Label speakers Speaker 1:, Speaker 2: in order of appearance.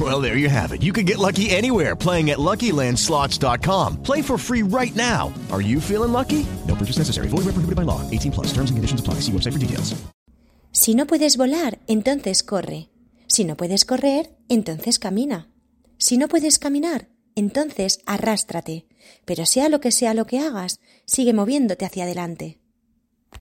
Speaker 1: Well, there you have it. You can get lucky anywhere playing at LuckyLandSlots.com. Play for free right now. Are you feeling lucky? No purchase necessary. Void where prohibited by law. 18 plus. Terms and conditions apply. See website for details.
Speaker 2: Si no puedes volar, entonces corre. Si no puedes correr, entonces camina. Si no puedes caminar, entonces arrástrate. Pero sea lo que sea lo que hagas, sigue moviéndote hacia adelante.